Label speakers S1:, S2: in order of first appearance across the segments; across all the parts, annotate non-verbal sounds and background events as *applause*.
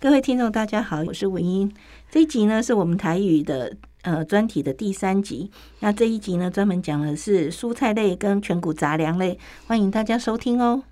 S1: 各位听众大家好，我是文英。这一集呢是我们台语的呃专题的第三集，那这一集呢专门讲的是蔬菜类跟全谷杂粮类，欢迎大家收听哦。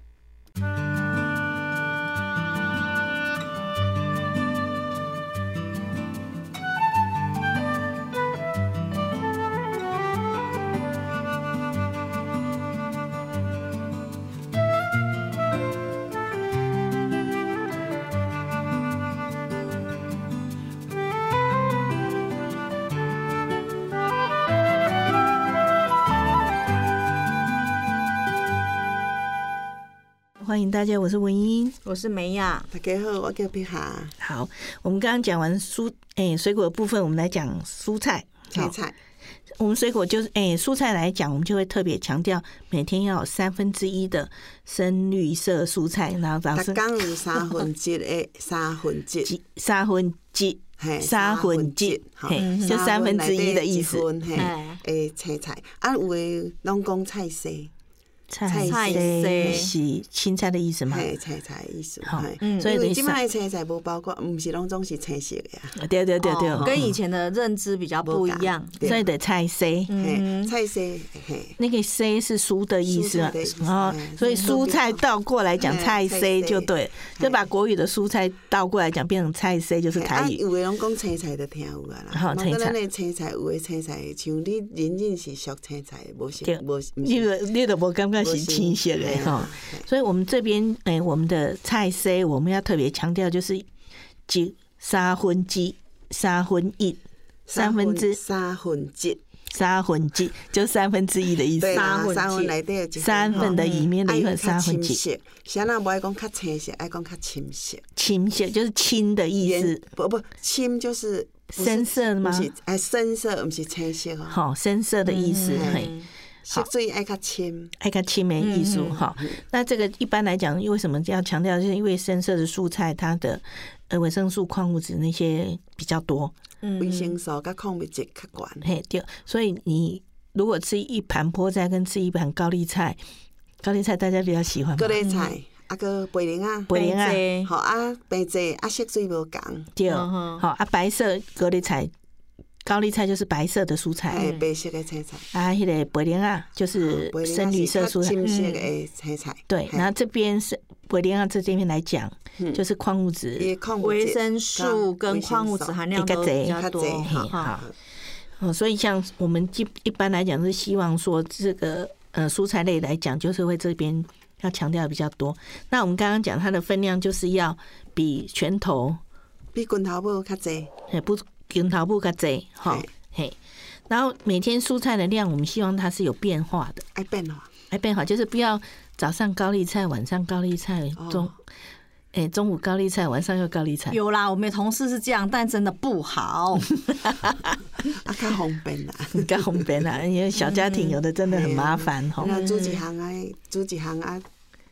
S1: 欢迎大家，我是文英。
S2: 我是美雅。
S3: 大家好，我叫碧霞，
S1: 好，我们刚刚讲完蔬诶、水果的部分，我们来讲蔬菜。
S3: 菜菜
S1: 我们水果就是诶、蔬菜来讲，我们就会特别强调每天要有三分之一的深绿色蔬菜，然后长
S3: 逐
S1: 生
S3: 工有三分之的 *laughs* 三分之，
S1: 沙魂鸡
S3: 嘿，
S1: 三分之
S3: 好
S1: 嘿就三分之一的意思
S3: 三分内底一分
S2: 哎
S3: 嘿，诶，青菜啊，有诶，拢讲菜色，
S1: 菜
S2: 菜
S1: 色
S2: 色
S1: 是青菜的意思嘛？
S3: 嘿，青菜的意思，
S1: 好
S3: 嘿，
S1: 嗯所以
S3: 因
S1: 等于
S3: 为即
S1: 三
S3: 摆青菜无包括，毋是拢总是青色的啊，
S1: 对对对对，嗯
S2: 哦跟以前的认知比较不一样。
S3: 对
S1: 所以嗯得菜色。
S3: 嗯嘿，菜色，嘿，
S1: 那个 C 是蔬的意思嘛
S3: 蔬菜的意思，
S1: 哦
S3: 哎，
S1: 所以蔬菜倒过来讲
S3: 嗯
S1: 菜
S3: 菜
S1: C
S3: 色
S1: 就对，就把国语的蔬菜倒过来讲变成菜 C 就是
S3: 嘿
S1: 台
S3: 啊，
S1: 语，
S3: 有诶拢讲青菜就听有啊啦，
S1: 好
S3: 嘛
S1: 青菜
S3: 搁咱诶青菜有诶青菜，像你人人是属青菜的，无是
S1: 对
S3: 无是，
S1: 你的你的我刚刚是清晰的哈，所以我们这边哎，我们的菜 C 我们要特别强调就是鸡三分鸡三分一三分之
S3: 三分之，
S1: 三分鸡就三分之一的意
S3: 对
S1: 思，
S3: 啦
S2: 三，分
S3: 三分
S2: 之
S3: 内底有一哦哎
S1: 三分的里面的一份三分
S3: 较深
S1: 鸡，
S3: 色，啥人无爱讲较浅色，爱讲较深色。
S1: 清晰就是清的意
S3: 颜
S1: 思，
S3: 不不，深就是不是
S1: 深色的吗
S3: 不是哎，深色不是浅色哦，
S1: 好深色的意思，
S3: 嗯嗯
S1: 嘿。
S3: 色水爱较深。
S1: 爱看青梅艺术哈。那这个一般来讲，为什么要强调？就是因为深色的蔬菜，它的呃维生素、矿物质那些比较多，
S3: 维生素甲矿物质较悬，
S1: 嘿，对。所以你如果吃一盘菠菜跟吃一盘高丽菜，高丽菜大家比较喜欢嘛
S3: 各，类菜，啊个白莲啊，
S1: 不嗯灵啊，
S2: 对
S3: 吼啊白济啊色水无共，
S1: 对，
S2: 嗯哼
S1: 好啊，白色高丽菜，高丽菜就是白色的蔬菜
S3: 哎白色的青菜，
S1: 啊，迄个白莲啊就是
S3: 白莲啊
S1: 深绿色蔬菜，
S3: 深色的青菜，
S1: 对。
S3: 嘿
S1: 然后这边是白莲啊，这边来讲就是矿物质，
S3: 它的矿物质
S2: 维生素跟矿物质含量都比
S3: 比
S2: 较多
S3: 较多。
S1: 嘿好
S2: 好，
S1: 哦，所以像我们一一般来讲是希望说这个呃蔬菜类来讲，就是会这边要强调比较多。那我们刚刚讲它的分量就是要比拳头，
S3: 比拳头母较济，
S1: 也不拳头不较济哈
S3: 对，
S1: 嘿。然后每天蔬菜的量，我们希望它是有变化的，
S3: 爱变化。
S1: 哎，变化就是不要早上高丽菜，晚上高丽菜，中，哎、中午高丽菜，晚哦上又高丽 *laughs* 菜，
S2: 有啦，我们有同事是这样，但真的不好。
S3: 啊，较方便啦。
S1: 高红边啊，因为小家庭有的真的很麻烦哈。
S3: 那煮一项啊，煮一项啊，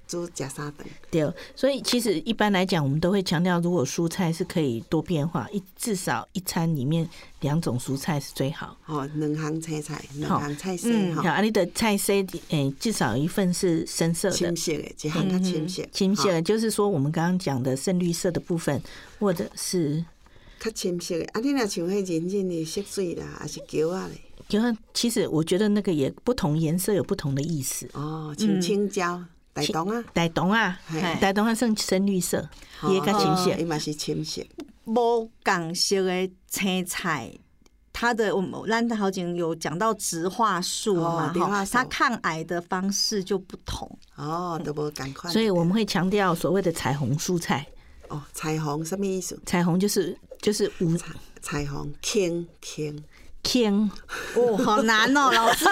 S3: 煮食三顿。
S1: 对，所以其实一般来讲，我们都会强调，如果蔬菜是可以多变化，一至少一餐里面两种蔬菜是最好。
S3: 吼，两行青菜，两行菜色
S1: 好，
S3: 吼，
S1: 啊，你的菜色诶，至少有一份是深色的
S3: 深。色的，一行较深色，
S1: 清
S3: 吼
S1: 色就是说，我们刚刚讲的深绿色的部分，或者是
S3: 较深色的。啊，你若像迄人参的色水啦，还是茄仔嘞，
S1: 因为其实我觉得那个也不同颜色有不同的意思。
S3: 哦，像青椒、大同啊，
S1: 傣东啊
S3: 嘿，
S1: 傣东啊，剩深绿色，
S3: 吼哦
S1: 也较清色
S3: 伊。嘛是深色，
S2: 无港式的青菜，它的我们咱好像有讲到植化素
S3: 哦
S2: 嘛，
S3: 植
S2: 哈、
S3: 化素
S2: 它抗癌的方式就不同。
S3: 哦，都无共款。
S1: 所以我们会强调所谓的彩虹蔬菜，
S3: 哦，彩虹什么意思？
S1: 彩虹就是就是五
S3: 彩虹，青青
S1: 天
S2: 哦，好难哦，老师，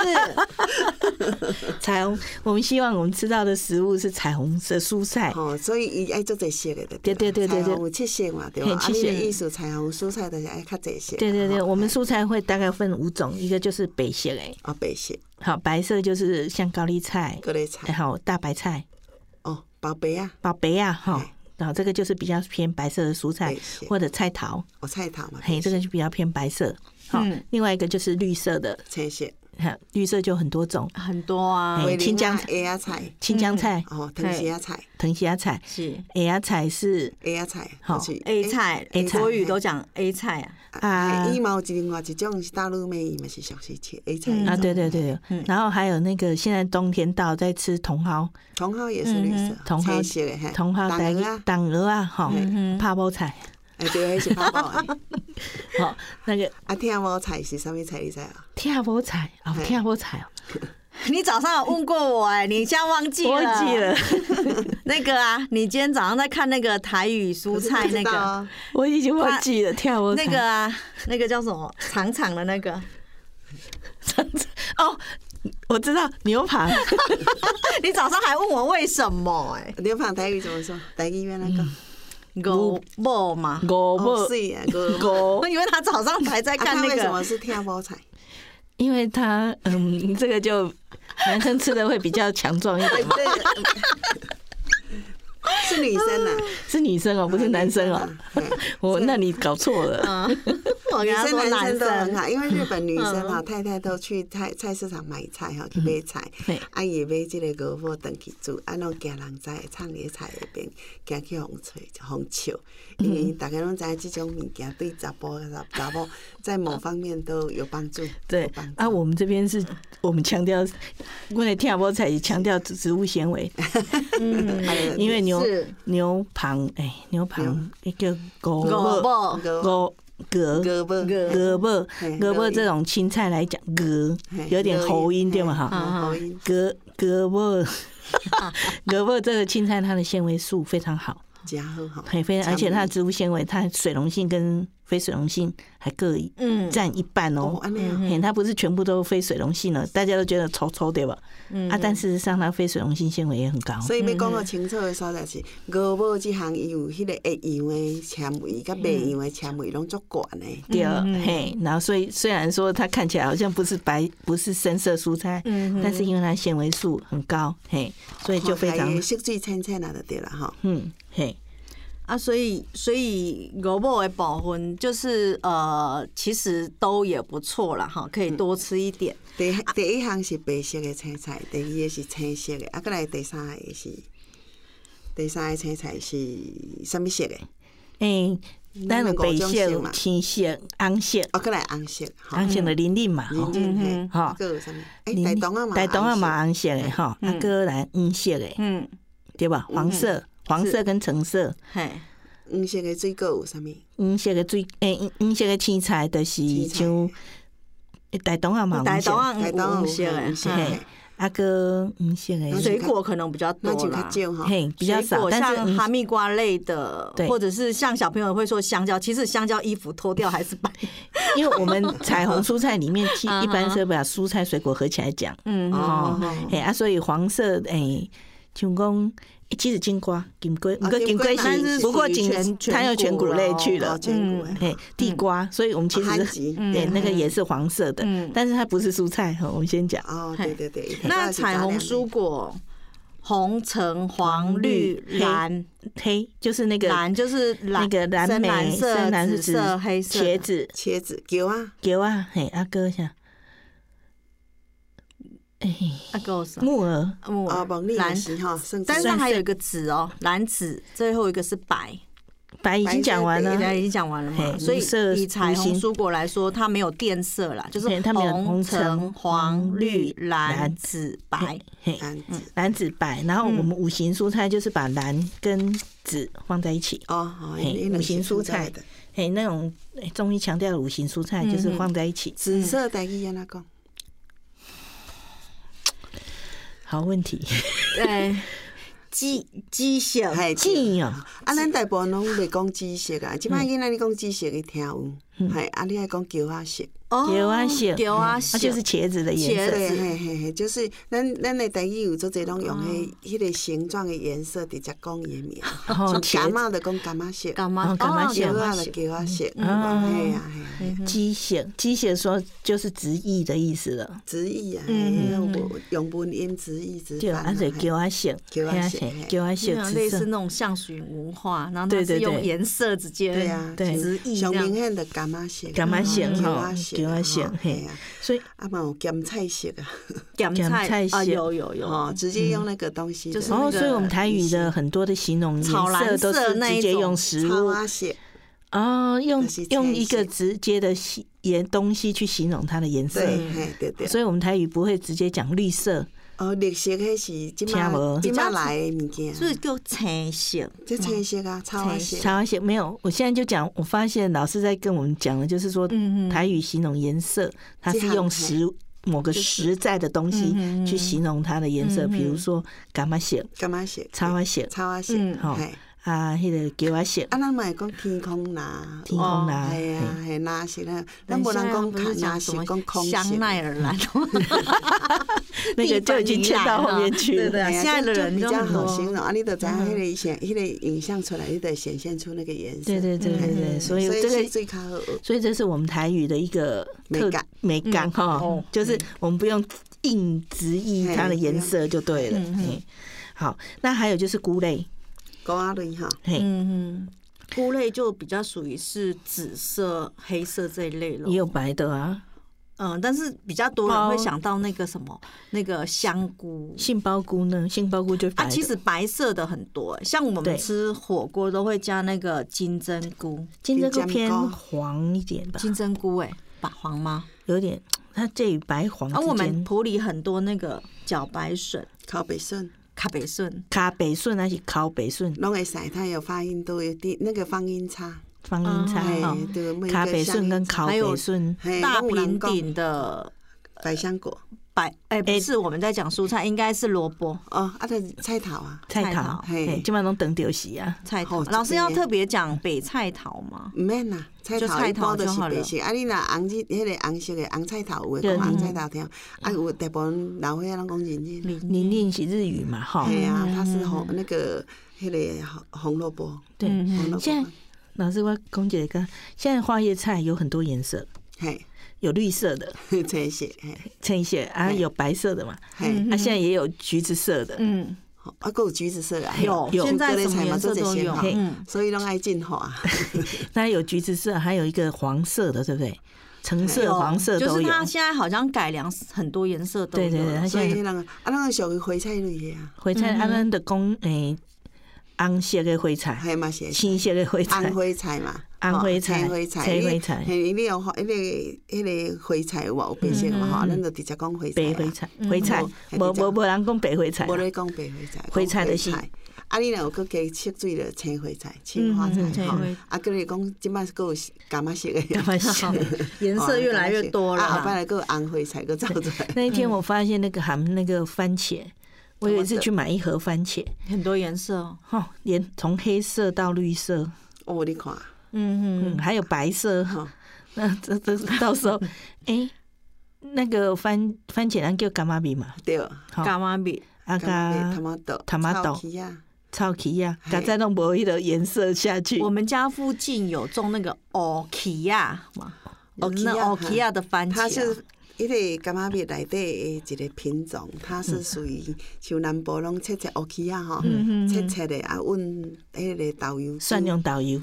S1: 彩虹，我们希望我们吃到的食物是彩虹色蔬菜。
S3: 吼、哦所以伊爱做侪色的
S1: 对对对对
S3: 彩
S1: 对
S3: 虹有七色嘛，对
S1: 嘿
S3: 吧？啊，
S1: 七
S3: 你的
S1: 色
S3: 意思彩虹蔬菜就是爱较侪色。哦
S1: 对对对，
S3: 吼
S1: 我们蔬菜会大概分五种，一个就是白色诶，
S3: 啊白色、
S1: 好，白色就是像高丽菜，
S3: 各类
S1: 然
S3: 菜，
S1: 后大白菜、
S3: 哦，包白啊，
S1: 宝贝啊，哈
S3: 哎，
S1: 然后这个就是比较偏白色的蔬菜
S3: 白色
S1: 或者菜桃，
S3: 哦菜头嘛，
S1: 嘿，这
S3: 白
S1: 个
S3: 色
S1: 就比较偏白色。好
S2: 嗯，
S1: 另外一个就是绿色的，
S3: 青色、
S1: 哈，绿色就很多种，
S2: 很多啊
S1: 哎，
S3: 龟
S1: 青
S3: 苓
S1: 江
S3: 啊、鸭啊菜，
S1: 青江
S2: 嗯
S1: 菜、
S3: 哦藤丝啊菜、
S1: 藤溪芽菜、
S2: 是
S1: 野芽菜是
S3: 鸭啊菜，
S1: 好
S3: 就是哎
S2: A 菜
S3: A 菜，
S2: 国语都讲 A 菜啊，
S1: 啊
S3: 啊，伊嘛有一另外一种是大陆妹，伊嘛是小西切 A 菜
S2: 嗯
S3: 那
S1: 啊，
S3: 种
S1: 对对对
S2: 嗯，
S1: 然后还有那个现在冬天到在吃茼蒿，
S3: 茼蒿也是绿
S2: 嗯
S3: 色
S2: 哼，
S1: 茼蒿
S3: 青色的嘿，
S1: 茼蒿
S3: 党鹅啊，
S1: 党鹅啊，哈
S3: 嗯，
S2: 嗯
S1: 泡泡菜，
S3: 哎对，迄是泡泡的。 *laughs*
S1: 好，那个
S3: 啊，听无菜是啥物菜？你知啊？
S1: 跳波菜哦，
S3: 哎
S1: 跳波菜哦，
S2: 你早上有问过我哎、你现在忘记了？
S1: 我忘记
S2: *laughs*
S1: 了，
S2: 那个啊，你今天早上在看那个台语蔬菜那个、
S3: 个
S1: 我已经忘记了跳波菜
S2: 那个啊，那个叫什么长长的那个，
S1: 哦，我知道牛
S2: *laughs*
S1: 排，
S2: 你早上还问我为什么哎、
S3: 牛排台语怎么说？台语原来讲，
S2: 狗肉嘛，
S1: 嗯我
S3: 哦，
S1: 不 *laughs*
S3: 是啊，个
S1: 狗，
S2: 因为他早上还在
S3: 啊，
S2: 看
S3: 他
S2: 那
S3: 为什
S2: 个
S3: 么是听包
S1: *laughs*
S3: 菜？
S1: 因为它嗯，这个就男生吃的会比较强壮一
S2: *laughs*
S1: 点嘛，
S3: 是女生啊呐，
S1: 是女生哦， *laughs*
S2: 啊
S1: 不是男生哦， *laughs*
S3: 嗯。
S1: 我那你搞错了，
S2: 嗯， *laughs* 我
S3: 女
S2: 跟他说
S3: 生男
S2: 男
S3: 生都很
S2: 生，
S3: 好，因为日本女生
S1: 嗯
S3: 哈，太太都去菜菜市场买菜哈，去买菜
S1: 对，
S3: 啊伊买即个萝卜等去煮，啊拢惊人知，唱个菜下边，惊去互吹，互笑，
S1: 嗯
S3: 因为大家拢知即种物件对查甫查查某在某方面都有帮助，
S1: *laughs* 对
S3: 有帮助
S1: 啊，我们这边是我们强调，我的跳波菜也强调植物纤
S2: *laughs*
S1: 维，
S2: 嗯
S3: 啊
S1: 因为牛
S2: 是
S1: 牛蒡哎，牛蒡一个狗
S2: 狗
S1: 肉
S2: 肉
S3: 萝
S1: 狗格
S3: 萝卜
S1: 胳膊
S3: 嘿
S1: 胳
S3: 肉
S1: 膊
S3: 音
S1: 这种青菜来讲，胳
S3: 嘿
S1: 有点
S3: 肉
S1: 喉音对吗？
S3: 嘿
S1: 哈，
S3: 喉音
S1: 胳胳膊 *laughs* 胳膊这个青菜它的纤维素非常好，
S3: 真好哈，
S1: 很非常，而且它的
S3: 参与
S1: 植物纤维，它水溶性跟非水溶性还各一
S2: 嗯
S1: 占一半
S3: 哦
S1: 哦，。
S3: 安尼啊，
S1: 嘿，它不是全部都非水溶性的，大家都觉得稠稠对吧？
S2: 嗯
S1: 啊，但事实上它非水溶性纤维也很高。
S3: 所以要讲个清楚的所在是，牛母即项伊有迄个会样的纤维，甲袂样的纤维拢足悬的。
S1: 对，
S2: 嗯嗯
S1: 嘿，然后所以虽然说它看起来好像不是白，不是深色蔬菜，
S2: 嗯哼
S1: 但是因为它纤维素很高，嘿，所以就非
S2: 哦
S1: 常，
S3: 色水浅浅啊，就对了吼。
S1: 嗯，嘿，
S2: 啊，所以所以萝卜的保分就是呃，其实都也不错啦，哈，可以多吃一点。
S3: 第一第一项是白色的青菜，第二个是青色的，啊，再来第三个是第三个青菜是什物色的？
S1: 哎，咱有白
S3: 咱有五种色
S1: 色、
S3: 嘛
S1: 青色、红色，
S3: 啊，再来红色，吼
S1: 红，色
S2: 嗯
S1: 嗯的林林嘛，
S3: 人
S1: 吼，
S3: 参嘿，
S1: 吼
S3: 啊，还有什物？哎，
S1: 林
S3: 大同啊嘛，
S1: 大同啊嘛，红色的哈，啊，哥来黄色的，
S2: 嗯，
S1: 对吧？黄色、黄色跟橙色，
S2: 嘿，
S3: 红色，黄色的水果有啥物？
S1: 黄色的最，哎，黄黄色的青菜就是
S3: 青菜
S1: 像大同啊嘛，
S2: 台
S1: 黄
S2: 东
S1: 色，
S3: 大
S2: 啊
S3: 同
S2: 有
S3: 有
S2: 一些
S3: 嘿
S2: 诶
S3: 有，色
S2: 嗯
S3: 嘿，
S1: 啊，哥黄色的
S3: 那就
S2: 水果可能比较
S3: 那
S2: 多
S3: 就
S2: 啦
S3: 较。少吼。
S1: 嘿，比较
S2: 啊水
S1: 少，
S2: 果
S1: 但是
S2: 像
S1: 嗯
S2: 哈密瓜类的
S1: 对，
S2: 或者是像小朋友会说香蕉，其实香蕉衣服脱掉还
S1: *laughs*
S2: 是白。
S1: 因为我
S2: *laughs*
S1: 们彩虹蔬菜里面，其
S2: 啊哈
S1: 一般是把蔬菜水果合起来讲
S2: 嗯
S1: 哦，哎啊，所以黄色哎，像讲诶其实金瓜、金龟，不
S2: 啊
S1: 过金
S3: 金瓜
S1: 龟
S3: 它
S1: 是
S3: 是
S1: 不过
S3: 属于
S1: 金
S3: 全
S1: 它又全谷类去了
S3: 哦，，全果的。
S1: 哎，地瓜，所以我们其
S2: 啊
S1: 实
S3: 番
S1: 是
S3: 薯
S1: 对那个也是黄色的
S2: 嗯，啊
S1: 但是它不是蔬菜哈，我们先讲。
S3: 哦，对对对，
S2: 那彩虹蔬果，红、橙、黄、绿、
S1: 黑
S2: 蓝，
S1: 黑就是那个
S2: 蓝就是
S1: 那
S2: 蓝，
S1: 个蓝
S2: 深
S1: 莓，
S2: 蓝
S1: 深蓝
S2: 色、
S1: 是
S2: 紫
S1: 指
S2: 色、黑色、
S1: 茄子、
S3: 茄子、韭啊，
S1: 给啊，嘿，阿哥想，哎，
S2: 那个啊什么
S1: 木耳，
S2: 木
S3: 啊，
S2: 耳
S3: 蒙利
S2: 蓝
S3: 也是哈，甚至
S2: 但是还有一个紫哦，蓝紫，最后一个是白，
S1: 白已经讲完了，
S2: 人家已经讲完了嘛，
S1: 啊嘿
S2: 所以
S1: 无色
S2: 以彩
S1: 无
S2: 虹
S1: 形
S2: 蔬果来说，它没有变色啦，就是
S1: 嘿它没有红
S2: 橙、
S1: 橙
S2: 黄、绿、
S1: 绿
S2: 蓝、
S1: 蓝
S2: 紫、白，
S1: 嘿，
S3: 蓝子
S1: 蓝紫白，然后我们五行蔬菜就是把蓝跟紫放在一起。
S3: 哦，好，
S1: 嘿
S3: 因为
S1: 五行蔬菜
S3: 的
S1: 嘿，那种哎中医强调的五行蔬菜就是放在一起。
S3: 紫色台语安怎讲？
S1: 好问题，
S2: 对，鸡鸡血，
S3: 嘿，
S1: 记哦，嗯
S3: 啊，咱大部分拢袂讲紫色啊，即摆囡仔你讲紫色，伊听有，嘿，啊，你爱讲桥啊色，
S1: *laughs* 茄蛙蟹，
S2: 桥哦啊
S1: 它哦就是茄子的颜
S2: 茄
S1: 色。
S3: 对，
S2: 子
S3: 嘿嘿嘿，就是咱咱的台语有做侪拢用迄迄个形状的颜色直接讲伊的名，
S1: 哦茄
S3: 像柑
S1: 子
S3: 嘛就讲柑嘛色，
S2: 干嘛
S1: 哦干嘛蟹
S3: 桥
S2: 哦
S3: 啊
S2: 嘛
S3: 就
S2: 蟹
S3: 桥啊色，嘿
S1: 嗯
S3: 呀嘿呀，
S1: 鸡血，鸡血说就是直译的意思了。
S3: 直译啊，
S2: 嗯
S3: 嘿用文用文音直译直
S1: 对，
S3: 翻啊
S1: 而且
S3: 嘿
S1: 给我写，
S3: 叫我
S1: 我
S3: 写
S1: 写
S3: 嘿，
S1: 给我
S2: 基
S1: 写
S2: 本上
S1: 紫
S2: 类似
S1: 色。
S2: 那种象形文化，然后
S1: 对
S2: 它是
S1: 对
S2: 用
S1: 对
S2: 颜色直接
S3: 对啊，
S1: 对
S2: 直译
S3: 上
S2: 这样
S3: 明显的柑嘛色，
S1: 柑嘛色
S3: 嗯
S1: 吼
S3: 桥啊色，
S1: 桥啊色
S3: 吼
S1: 嘿
S3: 嘿啊，
S1: 所以
S3: 啊嘛有咸菜色啊，
S2: 点
S1: 点菜
S2: 菜啊，
S1: 蟹
S2: 有有有
S3: 哦，，直接用那个东西
S2: 就是那
S1: 哦，
S2: 个
S1: 所以我们台语的很多的形容
S2: 草蓝
S1: 颜色都
S2: 色
S1: 是
S2: 那
S1: 直
S2: 一
S1: 接
S2: 种
S1: 用食
S3: 草
S1: 物
S3: 啊色，
S1: 哦，用
S3: 就是这样
S1: 用一个
S3: 写
S1: 直接的形颜东西去形容它的颜色。
S3: 对，嘿对对。
S1: 嗯哦所以我们台语不会直接讲绿色，
S3: 哦，绿色迄是即
S1: 听无
S3: 摆即摆来的物件，
S2: 是不是叫青色？
S3: 即青色啊、草啊色，
S1: 茶嗯花写没有。我现在就讲，我发现老师在跟我们讲的，就是说
S2: 嗯嗯
S1: 台语形容颜色，它是用实某个实在的东西
S2: 嗯嗯嗯
S1: 去形容它的颜色，
S2: 嗯嗯
S1: 比如说伽马写、
S3: 干嘛色？
S1: 插花写
S3: 草啊色，
S2: 嗯
S1: 好
S3: 嘿。
S1: 啊，迄个给我写、
S3: 啊，咱嘛会讲天空啦，
S1: 天
S2: 哦
S1: 空啦，
S2: 哎
S3: 系啊
S1: 嘿，
S3: 系哪色啦，咱无人
S2: 人
S3: 讲
S2: 家不是
S3: 看哪
S2: 讲什
S3: 色，
S2: 么
S3: 讲空
S2: 香
S3: *laughs* 色。
S2: 奈儿兰，
S1: *laughs* 那个就已经牵到后面去
S2: 对
S1: 了。
S2: 对，
S3: 哎呀
S2: 现在的
S3: 就
S2: 人
S3: 就
S2: 就
S3: 比较
S2: 很
S3: 好
S2: 多
S3: 形容，啊，你得知影
S1: 嗯
S3: 迄个显，迄个影像出来，你得显现出那个颜色。
S1: 对对对对
S2: 嗯
S1: 对，
S3: 嘿
S1: 所以
S3: 所以
S1: 这
S3: 是
S1: 个。
S3: 最较好学。
S1: 所以这是我们台语的一个
S3: 美
S1: 特
S3: 感
S1: 美感哈、
S2: 哦
S1: 就是我们不用硬直译它的
S3: 嘿
S1: 颜色就对了。
S2: 嗯嗯
S1: 嘿好，那还有就是菇类，
S3: 高阿伦哈，
S1: 嘿，
S2: 嗯嗯，菇类就比较属于是紫色、黑色这一类了
S1: 也。有白的啊，
S2: 嗯，但是比较多人会想到那个什么，那个香菇。
S1: 杏鲍菇呢？杏鲍菇就白
S2: 啊，
S1: 的。
S2: 其实白色的很多、欸像我
S1: 对
S2: 们吃火锅都会加那个金针菇，
S1: 金针菇
S3: 金针菇
S1: 偏黄一点吧，
S2: 金针介哎、把黄吗？
S1: 有点它介于白黄
S2: 啊，我
S1: 之
S2: 们
S1: 间。
S2: 普里很多那个茭白笋、
S3: 靠北顺，
S2: 卡北笋，
S1: 卡北顺还是烤北顺？
S3: 拢会使，它有发音都有点那个发音差。
S1: 方音差
S3: 哎
S1: 哈，
S3: 对，每一个
S1: 哦卡北顺跟烤
S3: 乡音差
S2: 还有
S1: 北顺
S3: 嘿
S2: 大
S3: 拢有人
S2: 平
S3: 讲
S2: 顶的
S3: 百香果。
S2: 白哎、不
S1: 哎
S2: 是我们在讲蔬菜，应该是萝卜
S3: 哦，啊，就是菜头啊，
S1: 菜
S2: 菜
S1: 桃
S2: 头，
S3: 嘿
S1: 嘿，基本上都等丢席啊。
S2: 菜头。
S3: 好
S2: 老师要
S3: 这边
S2: 特别讲北菜头吗？
S3: 毋免啦，菜
S2: 就
S3: 头
S2: 菜
S3: 一
S2: 头
S3: 般都
S2: 就是
S3: 白
S2: 好了
S3: 色。啊，你若红日迄个红色的红菜头，有诶
S1: 对
S3: 讲红菜头听，啊，有大部分老岁仔拢讲人参。
S1: 宁宁是日语嘛，哈，
S3: 嘿啊，它是红那个迄个红红萝卜，
S1: 对。
S3: 红萝
S1: 嗯现
S3: 卜
S1: 在。老师，我龚姐刚，现在花叶菜有很多颜色，
S3: 嘿，
S1: 有绿色的，
S3: 菜色，嘿，嗯
S1: 衬一些啊，有白色的嘛，
S3: 嘿，
S1: 啊，现在也有橘子色的，
S2: 嗯，
S3: 好啊，还有橘子色啊，
S2: 有，
S1: 有
S2: 现在
S3: 各类
S2: 什么
S3: 菜嘛
S2: 颜色
S3: 做
S2: 都
S3: 这些
S2: 有
S3: 嘛。
S2: 嗯，
S3: 所以拢爱进化。
S1: 那有橘子色，还有一个黄色的，对不对？橙色、黄色
S2: 哦就
S1: 都
S2: 是
S1: 有。
S2: 它现在好像改良很多颜色都有
S1: 对
S2: 了。
S1: 对对，它
S3: 所以
S1: 现
S3: 迄
S1: 在
S3: 个啊，那个属于花菜类的啊，
S1: 回菜，安安的公诶，红色的灰菜，
S3: 嘿嘛是。
S1: 青色的灰菜
S3: 安，徽菜嘛，
S1: 安徽
S3: 吼
S1: 菜
S3: 青徽菜，
S1: 青徽
S3: 你
S1: 菜
S3: 嘿，你有花，迄个迄个徽菜有无？有白色的嘛吼，咱就直接讲徽菜
S1: 嗯白
S3: 啊。
S1: 灰菜，灰菜，
S3: 嗯
S1: 无
S3: 嗯
S1: 无无人讲白灰菜啊
S3: 无，咧讲白花菜，
S1: 花菜就是
S3: 讲花菜啊，你若有佫加切水了，青花菜、青花
S1: 嗯嗯
S3: 菜
S2: 青
S3: 吼
S2: 花，
S3: 啊，佮你讲即摆佫有柑
S1: *laughs*
S3: 仔色诶，
S1: 干
S2: *laughs*
S1: 嘛想？ *laughs*
S2: 颜
S3: 哦
S2: 色越来越多了。
S3: 啊，后摆来佫有红花菜佫走出来，
S1: 那一天我发现那个含那个番茄，我有一次去买一盒番茄，
S2: 很多颜色哦，
S1: 哈，连从黑色到绿色，
S3: 哦，你看，
S2: 嗯
S1: 嗯，还有白色
S3: 吼，
S1: 那这这到时候，哎，那个番番茄咱叫干妈比嘛，
S3: 对，
S2: 嗯，
S1: 哈，
S2: 干妈米，
S1: 啊
S3: 柑
S1: 加
S3: 头毛豆，
S1: tomato
S3: 啊，
S1: 草皮呀，
S3: 嘿
S1: 加再弄无一个颜色下去
S2: 我，们家附近有种那个奥奇亚嘛，
S3: orchid
S2: 那
S3: 啊
S2: 奥奇亚的番
S3: 它
S2: 茄
S3: 是
S2: 啊，。
S3: 迄个柑仔蜜内底的一个品种，它
S1: 嗯
S3: 是属于像南部拢切切乌起啊吼，
S1: 嗯
S3: 切切的啊，阮迄个豆油
S1: 蒜蓉导游，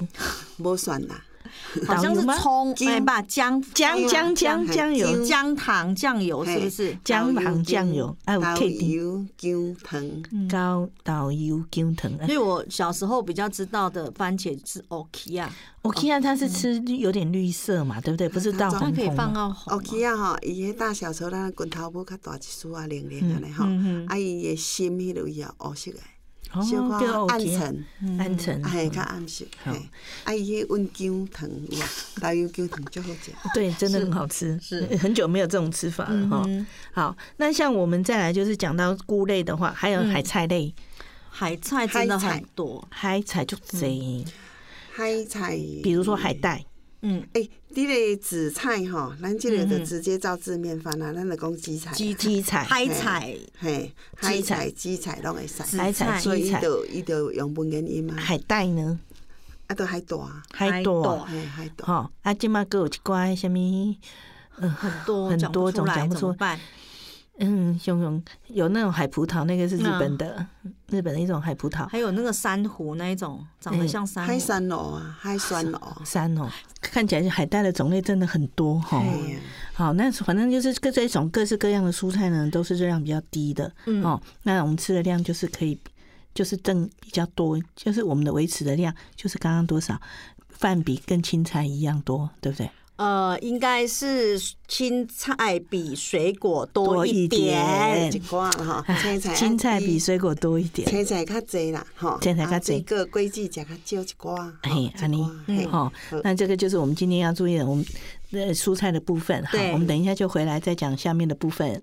S3: 无蒜啦，
S2: *laughs* 好像
S1: 导游
S2: 是
S1: 吗
S2: 葱，
S3: 姜
S2: 哎，把姜啊
S1: 姜姜姜姜油
S3: 姜
S2: 姜糖酱油
S3: 嘿
S2: 是不是？
S1: 姜糖酱油，还有
S3: 豆
S1: K 嗯 D
S3: 油、姜糖，
S1: 高导游姜糖。啊
S2: 所以我小时候比较知道的番茄是奥奇亚，
S1: 我看它是吃绿有点绿色嘛，对不对？不是到
S2: 嗯它
S1: 红
S2: 可以
S1: 红
S2: 放
S1: 嘛。
S2: 到
S3: 乌
S2: 红嘛。
S3: 起啊吼，伊迄大小草咱拳头尾较大一丝啊，零零安尼吼
S2: 嗯嗯，
S3: 啊伊的心迄落也乌色的，
S1: 哦
S3: 小可
S1: 叫
S3: 暗
S1: OK 嗯
S3: 沉，
S1: 暗沉
S3: 啊，嘿较暗色，
S1: 好
S3: 嘿，啊伊迄温姜糖有啊，豆油姜糖足好食，
S1: 对，真的很好吃，
S2: 是
S1: *laughs*
S2: 嗯
S1: 很久没有这种吃法了哈。好，那像我们再来就是讲到菇类的话，还
S2: 嗯
S1: 有海菜类，
S2: 海菜真的
S3: 海
S2: 很
S3: 菜
S2: 多，
S1: 海菜就贼，
S3: 海菜，
S1: 比如说海带，
S2: 嗯，
S3: 诶，你个紫菜吼，咱即个就直接照字面翻啊，咱就讲紫菜啊，
S1: 基基嗯菜、
S2: 海菜
S3: 嘿，海菜、紫菜拢会使，
S2: 海菜
S3: 所以
S2: 基
S3: 伊
S2: 菜
S3: 就伊就用文言音嘛，
S1: 海带呢，
S3: 啊，都海带啊，
S1: 海
S2: 海
S1: 带
S2: 带
S3: 嘿，海带，
S1: 吼，啊，即嘛个有一寡什物，
S2: 很多
S1: 很
S2: 讲不
S1: 多
S2: 出
S1: 种
S2: 来
S1: 讲不
S2: 怎么
S1: 出
S2: 办？
S1: 嗯，熊熊有那种海葡萄，那个是日本
S2: 嗯
S1: 的，日本的一种海葡萄，
S2: 还有那个珊瑚那一种，长得
S1: 嗯
S2: 像珊
S3: 海
S2: 瑚，
S3: 参螺啊，海参螺，
S1: 山哦，看起来海带的种类真的很多哈。
S3: 嘿呀，
S1: 好，那反正就是各这种各式各样的蔬菜呢，都是热量比较低的。
S2: 嗯
S1: 哦，那我们吃的量就是可以，就是正比较多，就是我们的维持的量就是刚刚多少，饭比跟青菜一样多，对不对？
S2: 呃，应该是青菜比水果
S1: 多
S2: 多
S1: 一
S2: 一
S1: 点
S2: 点。
S3: 一寡啦吼，青菜啊
S1: *laughs* 青菜比
S3: 伊
S1: 水果多一点。
S3: 青菜较济啦，吼，
S1: 青菜较
S3: 啊
S1: 济
S3: 水果果子食较少一寡，吼
S1: 嘿
S3: 一，
S1: 安妮
S3: 寡，嘿
S1: 哦，
S3: 哎好
S1: 那这个就是我们今天要注意的，我们的蔬菜的部分。好，
S2: 对
S1: 我们等一下就回来再讲下面的部分。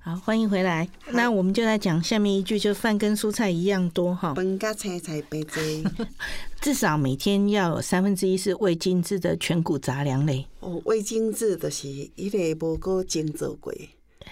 S1: 好，欢迎回来。那我们就来讲下面一句，就饭跟蔬菜一样多哈。
S3: 饭甲青菜平济，
S1: *laughs* 至少每天要有三分之一是未精制的全谷杂粮类，
S3: 哦，味精制就是迄个无过精做过，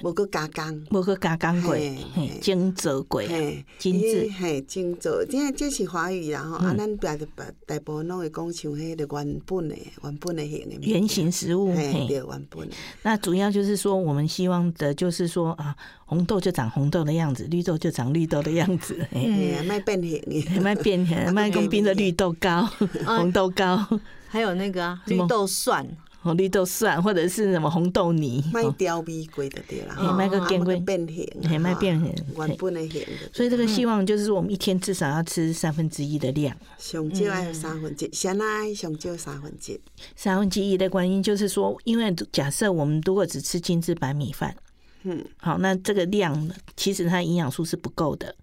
S3: 无过加工。
S1: 无个加工过
S3: 嘿，
S1: 嘿
S3: 嘿
S1: 精折过，啊
S3: 嘿，
S1: 精致
S3: 伊嘿，精致，即这是华语啦吼，
S1: 嗯
S3: 啊，咱大大大部分拢会讲像迄个原本的、原本的型的物件
S1: 圆形，食物。
S3: 嘿，对，
S1: 嘿，
S3: 原本的，
S1: 那主要就是说，我们希望的就是说啊，红豆就长红豆的样子，绿豆就长绿豆的样子。嘿，
S3: 嘿，啊，莫变形
S1: *laughs*
S3: 的，
S1: 卖变
S3: *laughs* 啊
S1: 卖工变的绿豆
S3: *laughs*
S1: 糕、红豆糕、
S2: 还有那个啊
S1: 什
S2: 绿
S1: 么
S2: 豆蒜，
S1: 红绿豆蒜，或者是什么红豆泥。
S3: 莫调味过就对啦，
S1: 嘿莫搁
S3: 啊
S1: 见过
S3: 莫变形，
S1: 嘿莫变形
S3: 啊原本的型就对，
S1: 所以这个希望就是说，我们一天至少要吃三分之一的量。
S3: 上少要有三分之一，先爱上少三分之一，
S1: 三分之一的观音就是说，因为假设我们如果只吃精致白米饭，
S3: 嗯，
S1: 好，那这个量呢其实它营养素是不够的，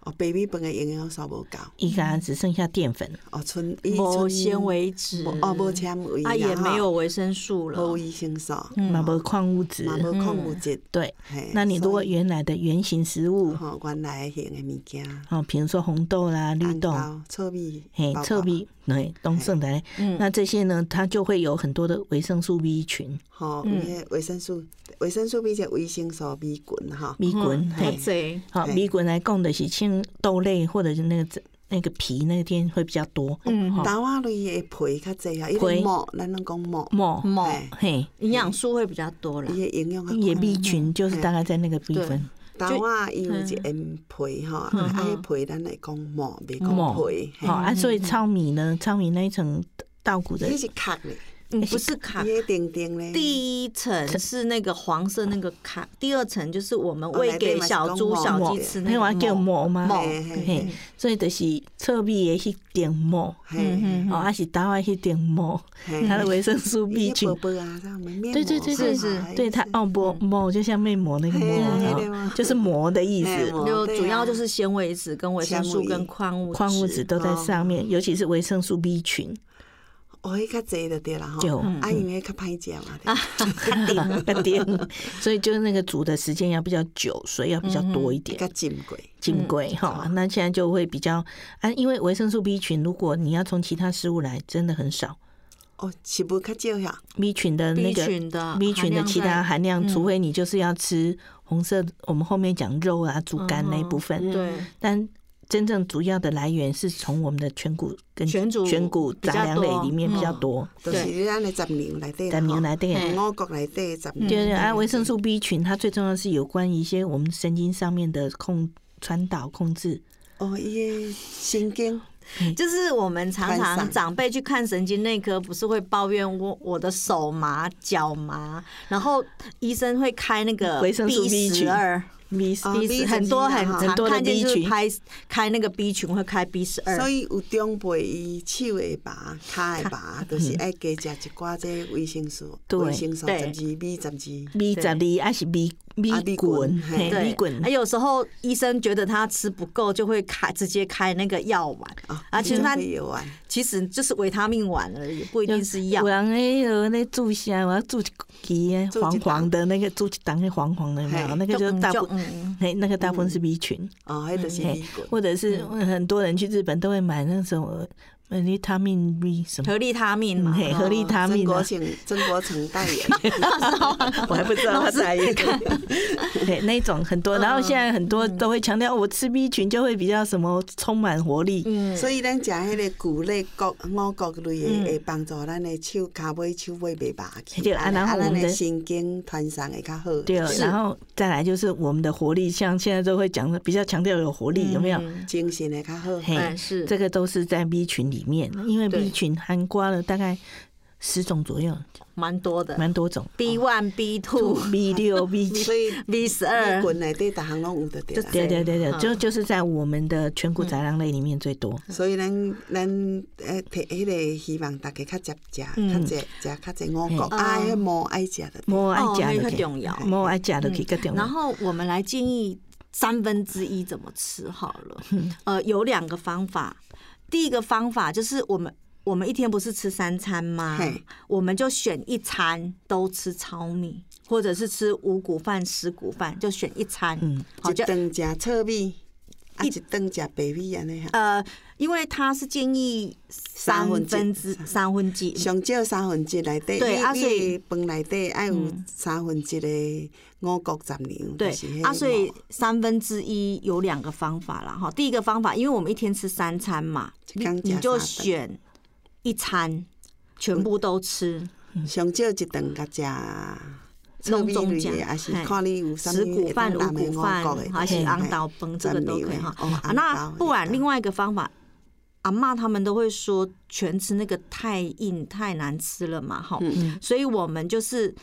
S3: 哦，baby 本的营养素无够，
S1: 一家只剩下淀粉。
S3: 哦，剩伊
S2: 无
S3: 剩
S2: 纤，维质，
S3: 无哦，无纤维啦，
S2: 啊也没有
S3: 吼，
S2: 维生素了，
S3: 无维生素，
S1: 嘛无矿物质，
S3: 嘛无矿物质，
S1: 对
S3: 嘿。
S1: 嗯那你如果
S3: 所以嗯
S1: 原来的原型食物，
S3: 吼、原来型的物件，
S1: 哦，比如说红豆啦、绿豆，
S3: 红豆、臭米、
S1: 嘿，侧
S3: 米，
S1: 壁对，东胜来，那这些呢，它就会有很多的维生素 B 群、
S3: 吼、有迄维生素，维生素 B 是维生素 B 群吼，
S1: B 群，
S2: 好
S1: 嘿，
S2: 贼，
S1: 好
S3: 嘿
S1: ，B 群来供的是青豆类或者是那个那个皮那天会比较多，
S2: 嗯
S1: 哈
S3: 豆啊类的皮较济啊，伊
S1: 皮
S3: 个膜，咱拢讲膜，
S1: 末
S2: 某
S3: 嘿
S1: 嘿，
S2: 哎营养素会比较多啦。
S3: 伊的营养较
S1: 也 B 群就是大概在那个 B
S2: 对
S1: 分，
S3: 豆啊，伊有一
S1: 嗯
S3: 层皮吼，啊，啊迄皮咱会讲膜，袂讲
S1: 膜
S3: 皮，嘿
S1: 嗯好啊，所以糙米呢，糙米那一层稻谷的
S3: 迄是壳咧，
S2: 嗯，不是卡
S3: 伊。迄丁丁咧，
S2: 第一层是那个黄色那个卡，第二层就是我们
S3: 哦
S2: 喂
S3: 内
S2: 给
S3: 底嘛是
S2: 小
S3: 讲
S2: 猪、
S3: 某
S2: 小
S3: 某
S2: 鸡
S3: 的
S2: 吃
S1: 那
S2: 那
S1: 我
S2: 个
S1: 叫
S2: 某
S1: 末嘛，
S2: 末
S3: 嘿嘿
S1: 嘿
S3: 嘿，
S1: 所以就是侧壁的迄点膜，
S3: 嘿，
S1: 哦，还是搭外迄点膜，
S3: 嘿
S1: 它的维生素 B
S3: 迄
S1: 群
S3: 个宝宝啊，像面膜
S1: 对对对
S3: 上
S1: 对
S3: 嘛还
S1: 对它哦膜膜就像面膜那个膜
S3: 嘿嘿对
S1: 哦
S3: 嘛，
S1: 就是膜的意
S3: 嘿
S1: 思，
S3: 膜
S2: 就
S3: 对
S2: 主要
S3: 啊
S2: 就是纤维质、跟维生
S3: 纤
S2: 素、
S3: 维
S2: 跟矿物
S1: 矿物质都在
S3: 哦
S1: 上面，尤其是维生素 B 群， *laughs*
S3: 哦，迄较济就对啦吼，
S1: 有嗯啊
S3: 啊，因为较歹食嘛，对
S1: 点点，所以就是那个煮的时间要比较久，水要比较多一点
S3: 较。珍贵，
S1: 金贵哈，那现在就会比较啊，因为维生素 B 群，如果你要从其他食物来，真的很少。
S3: 哦，食物较少呀，
S1: B 群的那
S2: B
S1: 个
S2: 群的
S1: B 群的其他含量，
S2: 嗯
S1: 除非你就是要吃红色，我们后面讲肉啊、猪肝那一部
S3: 嗯
S1: 分，
S2: 对
S1: 但真正主要的来源是从我们的全谷跟
S2: 全谷
S1: 全谷
S2: 比较
S1: 杂粮类
S2: 多
S1: 里面比较
S2: 嗯
S1: 多，
S3: 就是咱的杂粮内底啦，
S1: 杂粮来对。
S2: 嘿
S3: 吼，五谷内底的杂
S2: 嗯
S3: 粮，
S1: 就是啊，维生素 B 群它最重要是有关于一些我们神经上面的控传导控制，
S3: 哦，伊的神经，
S2: 就是我们常
S3: 穿嗯
S2: 常
S3: 上
S2: 长辈去看神经内科，不是会抱怨我我的手麻、脚麻，然后医生会开那个
S1: 维生素 B 群
S2: 十二、
S1: B
S2: B
S3: 哦
S2: 啊很多很
S3: 很
S2: 常
S1: 多的
S2: 看见
S1: B
S2: 就是
S1: 群
S2: 开开那个 B 群会开 B 十
S3: 所
S2: 二，
S3: 以有长辈伊手会麻，骹会麻，就是爱加食一寡这维生素，
S1: 对
S3: 维生素十
S2: 对
S3: 二、B 十二，
S1: B 十二还是 B B
S2: 啊
S3: B
S1: 滚
S3: 滚
S1: 嘿
S2: 对
S1: ，B 滚
S2: 啊，，有时候医生觉得他吃不够，就会开直接开那个药丸
S3: 啊
S2: 啊，其实他
S3: 有啊，
S2: 其实就是维他命丸而已，不一定是药
S1: 有。人诶，有那注虾，我要注皮
S3: 注
S1: 黄
S3: 一
S1: 黄的那个注档那黄黄的有没有？
S3: 嘿
S1: 那个就
S2: 就
S1: 大
S2: 就
S1: 部
S2: 嗯
S1: 嘿，那个大部分是 B 群，
S3: 哦，迄就是
S1: 嘿
S3: B
S1: 或
S3: 群，
S1: 者是嗯很多人去日本都会买那种呃维他命 B 什么，
S2: 合利他命嘛
S1: 嗯，嘿，合利他
S3: 曾
S1: 命
S3: 国
S1: 啊，
S3: 成曾国成代言，
S1: 我还不知道他在意，对，嗯那种很多，然后现在很多都会强调我吃 B 群就会比较什么充满活力，
S2: 嗯
S3: 所以咱食迄个谷类谷五谷类的，会帮助咱的手、骹尾、手尾袂麻去，
S1: 嗯对啊然后我
S3: 咱
S1: 们的
S3: 的神经传上会较好。
S1: 对，哦然后再来就是我们的活力，像现在都会讲的比较强调有活力，有没有？
S3: 精神会较好。
S1: 嘿，
S2: 嗯是
S1: 这个都嗯是在 B 群里面，因为
S2: 对
S1: B 群含刮了大概十种左右，
S2: 蛮多的。
S1: 蛮多种哦
S2: B one、B two、
S1: ，B 六、B
S3: 所
S1: 七，
S3: 以
S2: B 十
S3: 那
S2: 二，
S3: 群内底，逐项拢有得对啦。
S1: 嗯对对对对，就就是嗯在我们的全谷杂粮类里面最多。
S3: 所以咱咱诶，摕迄个希望大家较接食，
S1: 嗯
S3: 较济食较济五谷，
S2: 嗯
S3: 啊，迄毛爱食的。
S1: 莫爱
S2: 哦
S1: 加
S2: 那
S1: 的
S2: 个重要
S1: 去，莫爱加的去个重要。
S2: 嗯然后我们来建议三分之一怎么吃好了。呃，有两个方法，第一个方法就是我们。我们一天不是吃三餐吗
S3: 嘿？
S2: 我们就选一餐都吃糙米，或者是吃五谷饭、十谷饭，就选一餐。
S1: 嗯
S2: 好，
S3: 一
S2: 就
S3: 顿食糙米，啊，一顿食白米安尼哈，
S2: 呃，因为他是建议三
S3: 三分之
S2: 分之三分之一，
S3: 上少三分之一内底，
S2: 对啊
S3: 你
S2: 所以嗯
S3: 你的饭内底爱有三分之一的五谷杂粮，
S2: 对
S3: 就是迄
S2: 啊，所以
S3: 五
S2: 三分之一有两个方法啦哈。第一个方法，因为我们一天吃三餐嘛，
S3: 一
S2: 你
S3: 天吃
S2: 你就
S3: 三餐
S2: 选一餐全部都吃，
S3: 上少一顿甲食糙
S2: 拢
S3: 米
S2: 中
S3: 类
S2: 间
S3: 的，还啊是
S2: 嘿
S3: 看你有啥物
S2: 十谷饭、五谷饭还是昂
S3: 豆
S2: 豆崩，这个都可以哈。
S3: 哦
S2: 啊，那
S3: 那
S2: 不然另外一个方法，阿嬷他们都会说全吃那个太硬太难吃了嘛哈，
S3: 嗯
S2: 所以我们就是。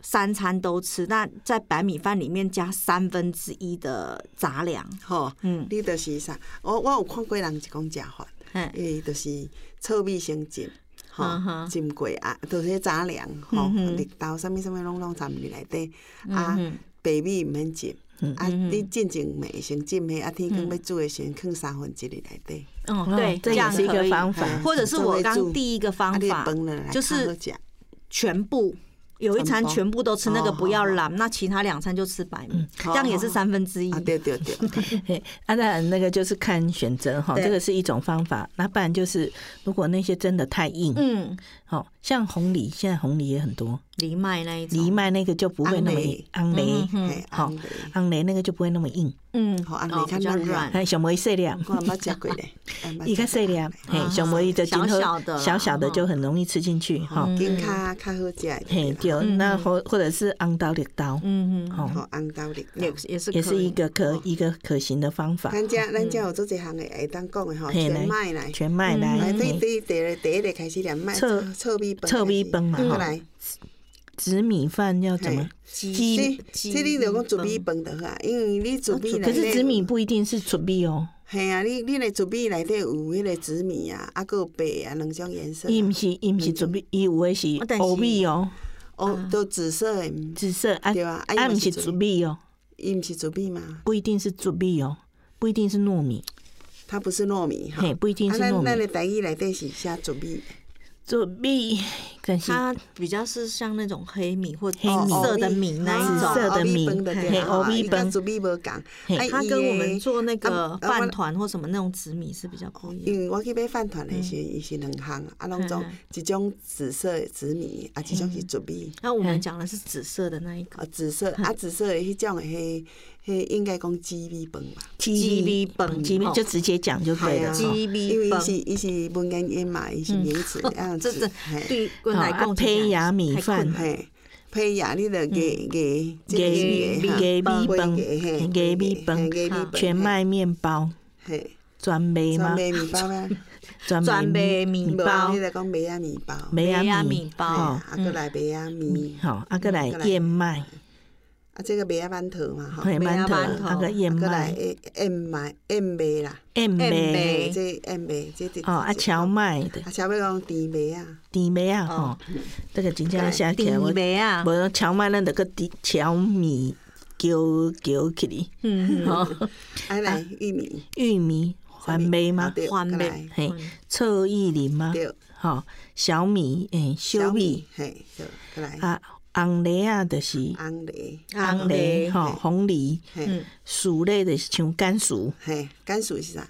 S2: 三餐都吃，那在白米饭里面加三分之一的杂粮，
S3: 吼，
S2: 嗯
S3: 你就是啥？哦我我有看过人一讲食法，
S2: 嘿
S3: 伊就是糙米先浸，吼
S2: 嗯哼，嗯
S3: 浸过啊，就是迄杂粮，吼，绿豆啥物啥物拢拢掺入内底，啊，白米毋免浸。
S2: 嗯
S3: 啊，你进前糜先浸迄，啊天光要煮的时阵，放三分之一内底，
S2: 嗯，
S1: 哦
S2: 对，
S1: 这也
S2: 样
S1: 是一
S2: 可
S1: 个
S2: 以嗯
S1: 方法
S3: 嘿，
S2: *laughs* 或者是我刚第一个
S3: 啊
S2: 方
S3: 你 *laughs*
S2: 法
S3: 饭了来较
S2: 就是
S3: 好食，
S2: 全部。有一餐全部都吃那个不要懒，那其他两餐就吃白米，这样也是三分之一
S3: 啊。对对对，
S1: *laughs* 嘿，啊，当然那个就是看选择哈，
S2: 对
S1: 这个是一种方法。那不然就是，如果那些真的太硬，
S2: 嗯，哦
S1: 哦，像红梨，现在红梨也很多，
S2: 藜麦那一种，
S1: 藜麦那个就不会那么硬，昂雷，
S2: 嗯 *laughs*
S3: 嘿，
S1: 好
S3: 红梨，
S1: 昂雷那个就不会那么硬，
S2: 嗯，
S3: 好，安
S2: 哦
S3: 尼较
S2: 比较
S3: 软
S2: 软
S3: 软，
S1: 哎，小梅细粒，
S2: 嗯
S3: 我也捌食过
S2: *laughs*
S3: 嗯咧，
S1: 伊较细粒，嘿，
S2: 啊
S1: 小梅的
S2: 小
S1: 今后
S2: 小的啦
S1: 小小的
S2: 哈嗯
S1: 就很容易吃进去哈，
S3: 更较较好食的
S1: 嘿，对，那或或者是昂刀的刀，
S2: 嗯嗯，
S1: 哦，
S3: 吼，红豆粒。
S2: 也也是
S1: 也是一
S2: 可以
S1: 个可一个可行的方法，
S3: 咱遮咱遮有做一项诶，会当讲诶吼，
S1: 啊嗯嘿
S3: 啊全
S1: 来
S3: 麦来，嗯
S1: 全麦来
S3: 来对
S1: 嘿
S3: 对，第一第一个开始连麦，
S1: 臭
S3: 臭米饭，
S1: 臭米饭嘛
S3: 嗯
S1: 吼
S3: 来，
S1: 紫米饭要怎么
S3: 嘿？
S2: 鸡
S3: 这
S2: 鸡
S3: 这你着讲煮米
S2: 米
S3: 饭就好啊，因为你煮米内
S1: 可是
S3: 底
S1: 紫米
S3: 有
S1: 不一定是chuẩn米哦，
S3: 嘿啊，你你来糯米内底有迄个紫米啊，啊，还有白啊，两种颜色啊。嗯
S1: 伊毋是伊毋是准米，伊有的是
S2: 啊但是
S1: 黑米哦，
S3: 哦，都紫色的，
S1: 紫色啊
S3: 对啊啊伊
S1: 啊
S3: 嘛
S1: 毋
S3: 是
S1: 是
S3: 准
S1: 准米哦，
S3: 伊毋是糯米嘛，
S1: 不一定是准米哦，不一定是糯米，
S3: 它不是糯米哈。
S1: 嘿，不一定
S3: 啊，
S1: 是
S3: 咱
S1: 糯
S3: 咱
S1: 米，
S3: 的台语内底是写糯米，
S1: 准米，但是
S2: 它比较是像那种黑米或紫
S1: 黑米
S2: 色的米那一
S1: 哦紫。
S2: 种
S1: 色的米
S3: 嘿，
S1: 嘿
S3: 哦，
S1: 黑
S3: 伊
S1: 米
S3: 甲
S1: 饭
S3: 糯米无共，
S1: 嘿
S3: 啊
S2: 它跟我们。做那
S3: 啊
S2: 个
S3: 啊我哦
S2: 饭团或什么那种紫米是比较不
S3: 伊
S2: 一
S3: 的
S2: 样。
S3: 因为我去买饭团的时候，伊是两项，啊，拢总
S2: 嗯
S3: 一种紫色的紫米，啊，一种是糯米，
S2: 那我们讲的是紫色的那一个
S3: 啊，紫色啊，紫色的迄种的迄迄应该讲紫米饭吧。
S2: 鸡米饭
S1: 鸡米
S2: 哦
S1: 就直接讲就对了。
S3: 啊
S1: 哦
S2: 鸡
S3: 因为
S2: 米
S3: 伊
S2: 饭
S3: 是，伊是文言音嘛，伊是名词，这
S2: *laughs*
S3: 样
S2: 这
S3: 子
S2: 这
S3: 嘿
S2: 对我
S1: 哦
S2: 来
S1: 啊
S2: 讲
S1: 胚芽米饭
S3: 嘿，配呀，你着给给
S1: 给给米饭，给米饭，全麦面包，
S3: 嘿，
S1: 专卖
S3: 专
S1: 吗？
S3: 卖米包啊，
S1: 专
S2: 专卖米
S3: 无
S2: 包
S3: 啊，你来讲麦啊米包，
S1: 梅
S2: 胚
S1: 芽
S2: 芽
S1: 米
S2: 米包
S1: 哦
S3: 啊，搁来麦啊米，
S1: 好，啊个来
S3: 再来
S1: 燕麦，
S3: 啊，这个麦啊馒头嘛，吼，
S1: 嘿，
S2: 梅
S1: 馒
S2: 芽
S1: 头，
S2: 馒头
S1: 啊个燕
S3: 啊，搁来
S1: 麦，
S3: 燕麦燕麦啦，
S1: 燕麦，
S3: 嘿
S2: 麦
S3: 这燕麦，这这
S1: 哦，啊荞，麦的
S3: 啊，荞麦讲甜麦啊，
S1: 甜麦啊，哦，这个真正写起来 *laughs*
S2: 顶
S1: 我，
S2: 梅啊，
S1: 无荞麦咱得个甜荞米叫叫起哩，
S2: 嗯，
S1: 哦，
S3: 啊来玉米，
S1: 玉米番麦
S3: 啊
S1: 吗？
S3: 对，
S2: 番
S3: 再
S2: 麦啊
S3: 来
S1: 嘿，侧意林吗？
S3: 对，
S1: 好，小米，诶，小米。，
S3: 嘿，对，再来
S1: 啊，红梨啊，就是
S3: 红梨，
S2: 红
S1: 啊红梨
S2: 梨
S1: 吼，红梨
S3: 嘿，
S1: 薯类的是像甘薯、
S3: 嘿，甘薯是啥？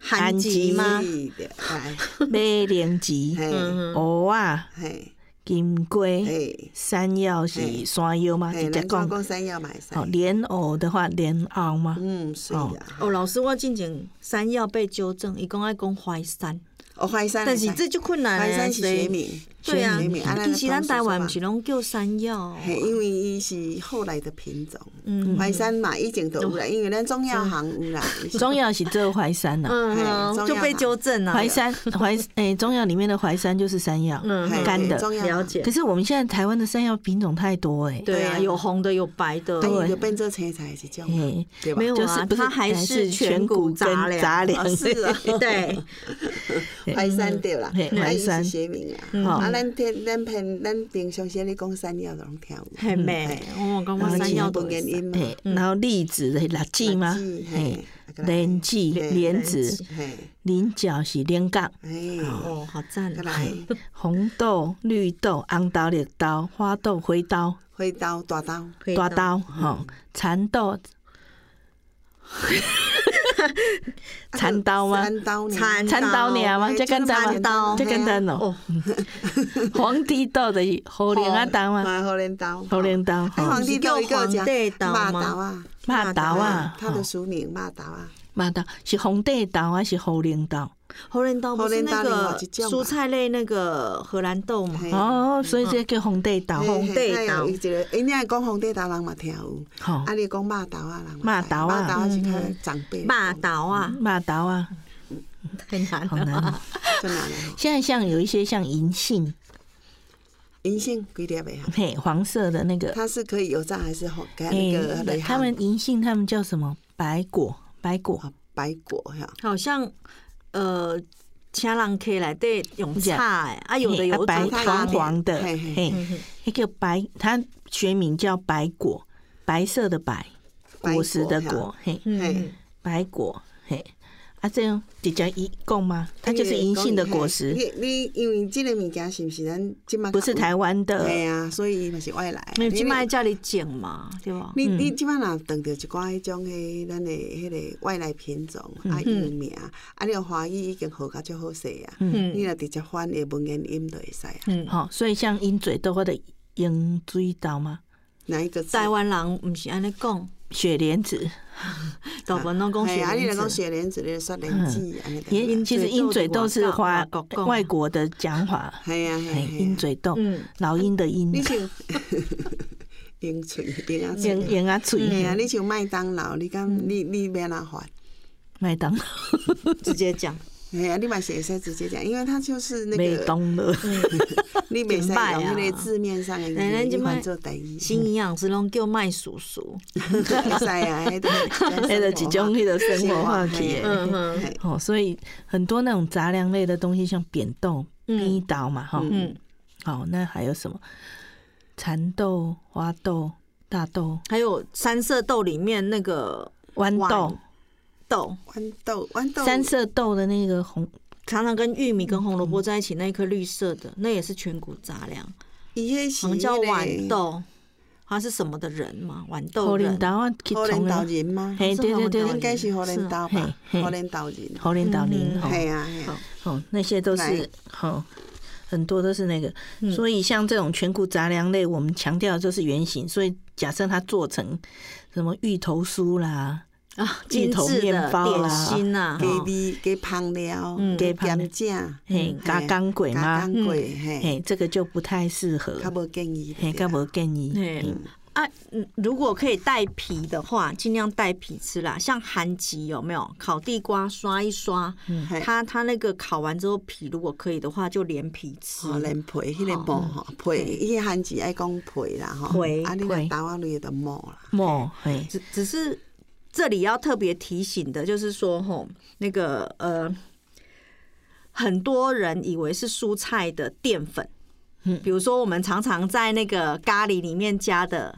S2: 含吉吗？嗯
S3: 是的，
S2: *laughs*
S3: 来，
S1: 马铃薯、
S3: 嘿，
S1: 蚵啊、
S3: 嘿，
S1: 金龟、
S3: 嘿。
S1: 山药是山药
S2: 啊
S1: 嘛，直
S3: 嘿，
S1: 接
S3: 咱讲
S1: 讲。
S3: 讲山药嘛会使。
S1: 哦，莲藕的话，莲藕嘛，
S3: 嗯，是啊。
S2: 哦，老师，我进前山药被纠正，一共爱讲淮山，
S3: 哦，淮山会
S2: 但
S3: 使，
S2: 是这就困难
S3: 淮
S2: 了。
S3: 山是
S2: 所以
S3: 学名，
S2: 对啊
S3: 学名，啊，
S2: 其实咱台湾
S3: 不
S2: 不是拢叫山药，
S3: 嘿，因为伊是后来的品种，
S2: 嗯
S3: 淮山嘛，以前都有啦，因为咱中药行有啦，伊
S1: *laughs*
S3: 是
S1: 中
S3: *laughs*
S1: 药是做淮山呐，
S2: 嗯，
S3: 嘿
S2: 就被纠正了。
S1: 淮山淮诶，中药里面的淮山就是山药，
S2: 嗯
S3: 嘿
S1: 干
S3: 中
S1: 的。
S3: 药
S2: 了
S3: 行，
S2: 解
S1: 可，是我们现在台湾的山药品种太多哎，
S2: 对
S3: 对啊
S2: 啊，有红的，有白的，
S3: 啊，伊就变做青菜是这样嘛，
S1: 嘿
S3: 对吧
S2: 没？有
S1: 就是
S2: 啊，
S1: 不是
S2: 它还
S1: 还
S2: 是
S1: 是
S2: 全
S1: 全
S2: 谷
S1: 谷
S2: 杂
S1: 跟杂
S2: 粮。
S1: 粮
S3: 哦，是啊，
S2: 对，
S3: 淮山对啦，
S1: 嘿
S3: 啊
S1: 淮
S3: 伊是
S1: 山
S3: 学名
S1: 嗯
S3: 啦，啊，咱天咱平咱平常时咧讲山药就拢听有，嗯啊
S2: 很美。我感觉山药都
S3: 本
S2: 会
S3: 原
S2: 使
S3: 因嘛，啊
S1: 嘿，然后栗子的嗯辣子吗？嘿，莲
S3: 莲
S1: 子、
S3: 嘿
S1: 莲子、
S3: 嘿，
S1: 菱角是菱角，
S3: 嘿，
S2: 哦，好赞
S3: 哎再！来
S1: 红豆、绿豆、红豆、绿豆、花豆、灰豆、
S3: 花刀大刀。啊
S2: 可以
S1: 大
S2: 到
S1: 豆、吼蚕 *laughs* 豆、蚕豆吗？
S3: 蚕刀呢，
S2: 蚕
S1: 蚕豆尔吗？
S3: 嘿
S1: 啊这简单
S3: 蚕豆
S1: 吗？这简单哦
S2: 哦。
S1: *laughs* 皇帝豆就是
S3: 哦
S1: 荷莲啊豆吗？
S3: 啊，荷莲刀，
S1: 荷莲豆，
S3: 哎，
S1: 吼
S3: 皇帝刀一个
S2: 叫皇帝刀
S3: 马
S2: 吗
S3: 刀啊，
S1: 哦马豆啊，
S3: 它
S1: 吼
S3: 的俗名马刀啊，
S1: 马豆是红豆豆啊还是荷莲豆？
S2: 荷兰豆不是
S3: 荷兰
S2: 那
S3: 豆另外
S2: 个
S3: 一种吧
S2: 蔬菜类那个荷兰豆嘛？
S3: 嘿
S1: 哦，所以这叫红豆豆。
S3: 嗯哦嘿
S1: 吼
S2: 红帝刀
S3: 嘿有一个，哎，你若讲皇帝刀人嘛听有，
S1: 吼
S3: 啊，你讲马刀啊人嘛
S1: 马
S3: 知，
S1: 刀啊
S3: 马刀是较长辈，
S2: 霸，道啊，
S1: 马豆啊，
S2: 太难
S1: 好难
S2: 了。
S1: 啊。
S3: 真嗯难嘞。
S1: 现在像有一些像银杏，
S3: 银杏几粒的啊？
S1: 嘿，黄色的那个，
S3: 它是可以油炸还是红？跟那
S1: 嘿
S3: 个
S1: 嗯
S3: 雷
S1: 他们银杏他们叫什么？白果，白果，
S3: 啊白果哈，
S2: 好像呃，请人客来对用菜啊，有的
S1: 嘿
S2: 有
S1: 啊白
S2: 种
S3: 它
S1: 黄
S3: 有
S1: 黄的，
S3: 嘿嘿
S1: 嘿，那个白，它学名叫白果，白色的白，
S3: 白
S1: 果实的
S3: 果
S1: 果，嘿，
S3: 嘿
S2: 嗯，
S1: 白果，嘿，啊，这样直接一供吗？它就是银杏的果实，
S3: 你你因为这个物件是不是咱即马
S1: 不是台湾的。嗯
S3: 对啊，所以嘛是外来。
S2: 你即摆叫你种嘛，对吧？
S3: 你你即摆若撞着一寡迄种迄咱的迄个外来品种
S2: 嗯
S3: 啊，有名啊，你华语已经好甲足好势啊，你若直接翻的文言音就会使啊。
S2: 嗯，
S1: 好、所以像鹰嘴豆或者鹰嘴豆嘛，
S3: 哪一个字？
S2: 台湾人毋是安尼讲，
S1: 雪莲子，
S2: 大部分拢讲
S3: 嘿啊，你
S2: 是
S3: 若讲雪莲子，你就说啊莲子
S2: 嗯
S3: 安尼。
S1: 也其实鹰嘴豆是华
S2: 外国讲
S1: 外国的讲法，
S3: 系啊系
S1: 哎，鹰
S3: 啊，
S1: 嘴豆，
S2: 嗯
S1: 老鹰的鹰，
S3: 你像 *laughs* 鹰嘴鹰啊嘴。
S1: 鹰鹰啊
S3: 哎
S1: 嘴，
S3: 呀，你像麦当劳，你敢
S2: 嗯
S3: 你你要哪发？
S1: 麦当劳，
S2: 直接讲，
S3: 哎呀，你嘛是会使直接讲，因为它就是那
S1: 麦
S3: 个，
S1: 当劳，
S3: 你袂使
S2: 明白啊
S3: 用那个字面上的语
S2: 哎咱
S3: 言，
S2: 这
S3: 你
S2: 摆
S3: 换做台语，
S2: 新营养师拢叫麦叔叔，
S3: 袂使啊，迄个
S1: 那个一种迄个生活化去的。
S3: 嗯
S2: 嗯
S3: 嘿
S1: 哦，所以很多那种杂粮类的东西，像扁豆、
S2: 嗯
S1: 冰豆嘛，哈、
S2: 嗯，
S1: 好、那还有什么？蚕豆、花豆、大豆、
S2: 还有三色豆里面那个
S1: 豌豆、
S2: 豆，
S3: 豌豆，豌豆，
S1: 三色豆的那个红，
S2: 常常跟玉米跟红萝卜在一起，那一颗绿色
S1: 嗯
S2: 的，那也是全谷杂粮，
S3: 伊迄是
S2: 好像叫豌
S3: 豌豆，
S2: 豆，他是什么的人嘛？豌豆
S1: 荷
S2: 人
S1: 莲，豆啊，去
S3: 荷
S1: 从
S3: 兰
S1: 了，
S3: 豆仁吗？
S1: 嘿，对对对
S3: 应
S1: 对，
S3: 该是荷兰豆吧，
S1: 是啊
S3: 荷兰豆仁，
S1: 荷莲豆林，哦，
S3: 系啊系啊，
S1: 哦，那些都
S3: 来
S1: 是哦，很多都是那个，所以像这种全谷杂粮类，我们强调的就是原型，所以假设它做成什么芋头酥啦，
S2: 啊，
S1: 芋
S2: 精
S1: 头
S2: 致
S1: 面
S2: 的
S1: 包
S2: 点
S1: 啦
S2: 心啊呐，
S3: 鸡米鸡芳了，
S1: 给旁
S3: 咸酱，
S1: 嘿，加钢
S3: 加
S1: 轨吗？
S3: 工过，嘿，
S1: 嘿，这个就不太适合，
S3: 较无建议就对
S1: 嘿，
S3: 啊了，
S1: 较无建议。
S2: 嘿
S1: 嘿
S2: 啊，嗯如果可以带皮的话，尽量带皮吃啦。像韩籍有没有烤地瓜刷一刷？
S1: 嗯
S3: 嘿
S2: 它它那个烤完之后皮，如果可以的话，就连皮吃。
S3: 哦，连皮迄个毛吼，皮伊个汉字爱讲皮啦吼，
S2: 皮
S3: 啊，你若打我类的毛啦，
S1: 莫嘿，
S2: 只只是这里要特别提醒的，就是说，吼，那个呃，很多人以为是蔬菜的淀粉，
S1: 嗯
S2: 比如说我们常常在那个咖喱里面加的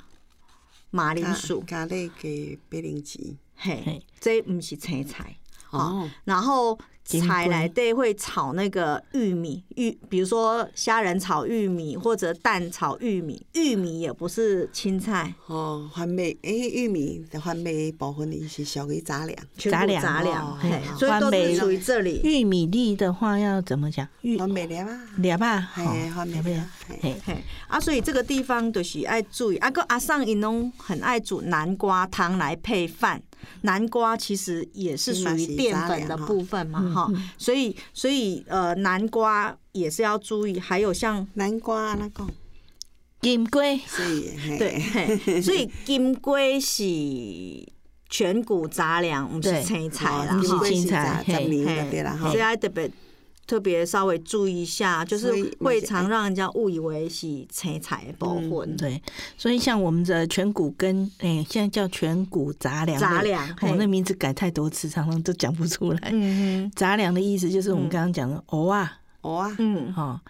S2: 马铃薯，
S3: 加那个白灵芝，
S2: 嘿
S1: 啊嘿，
S2: 这不是青菜。
S3: 哦，
S2: 然后
S1: 金
S2: 采
S1: 龟
S2: 来对会炒那个玉米玉，比如说虾仁炒玉米或者蛋炒玉米，玉米也不是青菜，
S3: 哦，番麦，诶，玉米的番麦的部分伊是属于杂粮，
S2: 全
S1: 杂
S2: 部
S1: 粮
S2: 杂
S3: 哦
S2: 粮，嘿
S1: 嘿
S2: 所以都
S1: 番
S2: 是
S1: 梅
S2: 属于这里。
S1: 玉米粒的话要怎么讲？玉
S3: 番麦粒啊，
S1: 粒吧，
S3: 嘿
S1: 吼，
S3: 番麦
S1: 粒
S3: 粒
S1: 吧
S3: 啊，嘿
S1: 嘿，
S2: 嘿，啊，所以这个地方就是爱注意。啊，个阿上因拢很爱煮南瓜汤来配饭，南瓜其实也是属于淀粉的部分嘛，哈。所以，所以呃，南瓜也是要注意。还有像
S3: 南瓜安那讲，
S1: 金龟
S3: 所以嘿
S2: 对，嘿所以金龟是全谷杂粮，不是
S1: 对
S2: 青菜
S3: 哦
S2: 啦，
S3: 金
S1: 是
S2: 哈
S3: 瓜
S1: 青菜
S3: 杂
S1: 嘿
S3: 年
S2: 嘿
S3: 就对啦吼
S2: 所以，要特别特别稍微注意一下，就
S3: 所以
S2: 是会常让人家误以为是青菜的部分。
S1: 嗯对，所以像我们的全谷跟哎，现在叫全谷杂粮类，
S2: 杂粮嘿
S1: 哦，那名字改太多次，常常都讲不出来。
S2: 嗯
S1: 杂粮的意思就是我们刚刚讲的藕啊，
S3: 哦啊，
S2: 嗯，
S1: 哦，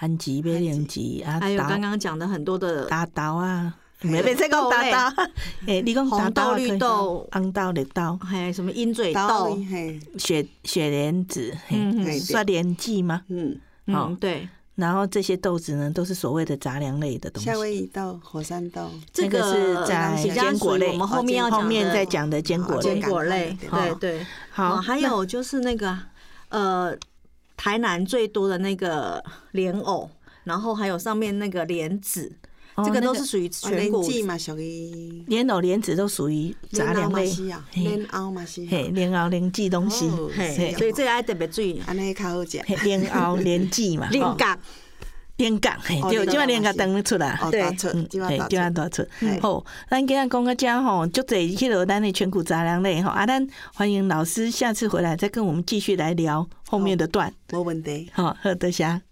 S1: 番薯、马铃薯啊，
S2: 还有
S1: 豆
S2: 刚刚讲的很多的
S1: 大豆啊，
S3: 嘿
S1: 没没再讲
S2: 豆类
S1: 大豆，哎，你讲大
S2: 红
S1: 豆
S2: 豆、
S1: 啊可
S2: 绿
S1: 以
S2: 豆，
S1: 红豆、绿豆、
S2: 还有什么鹰嘴
S3: 豆
S2: 豆
S3: 类，嘿，
S1: 雪雪莲子，嘿
S2: 嗯
S3: 嘿对
S1: 刷莲子吗？
S3: 嗯，
S2: 嗯
S1: 好，
S2: 对，
S1: 然后这些豆子呢，都是所谓的杂粮类的东西
S3: 夏。威夷豆、火山豆，啊
S2: 这
S1: 那个是在
S2: 比较
S1: 坚
S2: 属
S1: 果
S2: 于
S1: 类
S2: 我们后面要
S1: 后
S2: 讲
S1: 面
S2: 的哦
S1: 再讲的坚果
S3: 好
S1: 类
S2: 坚。果类
S3: 类，
S2: 对对。
S1: 好，
S2: 哦还
S1: 那
S2: 有就是那个呃，台南最多的那个莲藕，然后还有上面那个莲子，
S1: 哦
S2: 这个
S1: 那
S2: 都
S1: 个
S2: 是属于
S3: 哦
S2: 全
S3: 莲
S2: 谷
S3: 子嘛属于
S1: 莲藕、莲子都属于杂
S3: 莲
S1: 粮
S3: 藕嘛
S1: 类，
S3: 是啊，
S1: 嘿
S3: 莲藕嘛是啊，
S1: 嘿，莲藕、莲子东西，
S3: 哦
S2: 嘿，
S3: 是
S2: 所以这个要特别注意。
S3: 安尼较好食，
S1: 嘿莲藕、莲子
S3: *laughs*
S1: 嘛，
S2: 另
S1: 哦
S2: 港
S1: 莲港，嘿，就
S3: 哦莲
S1: 即摆
S3: 藕
S1: 莲
S3: 嘛
S1: 港
S3: 是
S1: 等出来。
S3: 哦，
S2: 对
S3: 大出，
S1: 嗯，
S3: 即马
S1: 嘿
S3: 大
S1: 就安
S3: 出，
S1: 大出
S3: 嘿。
S1: 好，咱今仔讲到这吼，就这迄落咱的全谷杂粮类吼，啊，咱欢迎老师下次回来再跟我们继续来聊后面的段。
S3: 无问题。
S1: 好，好，多谢。啊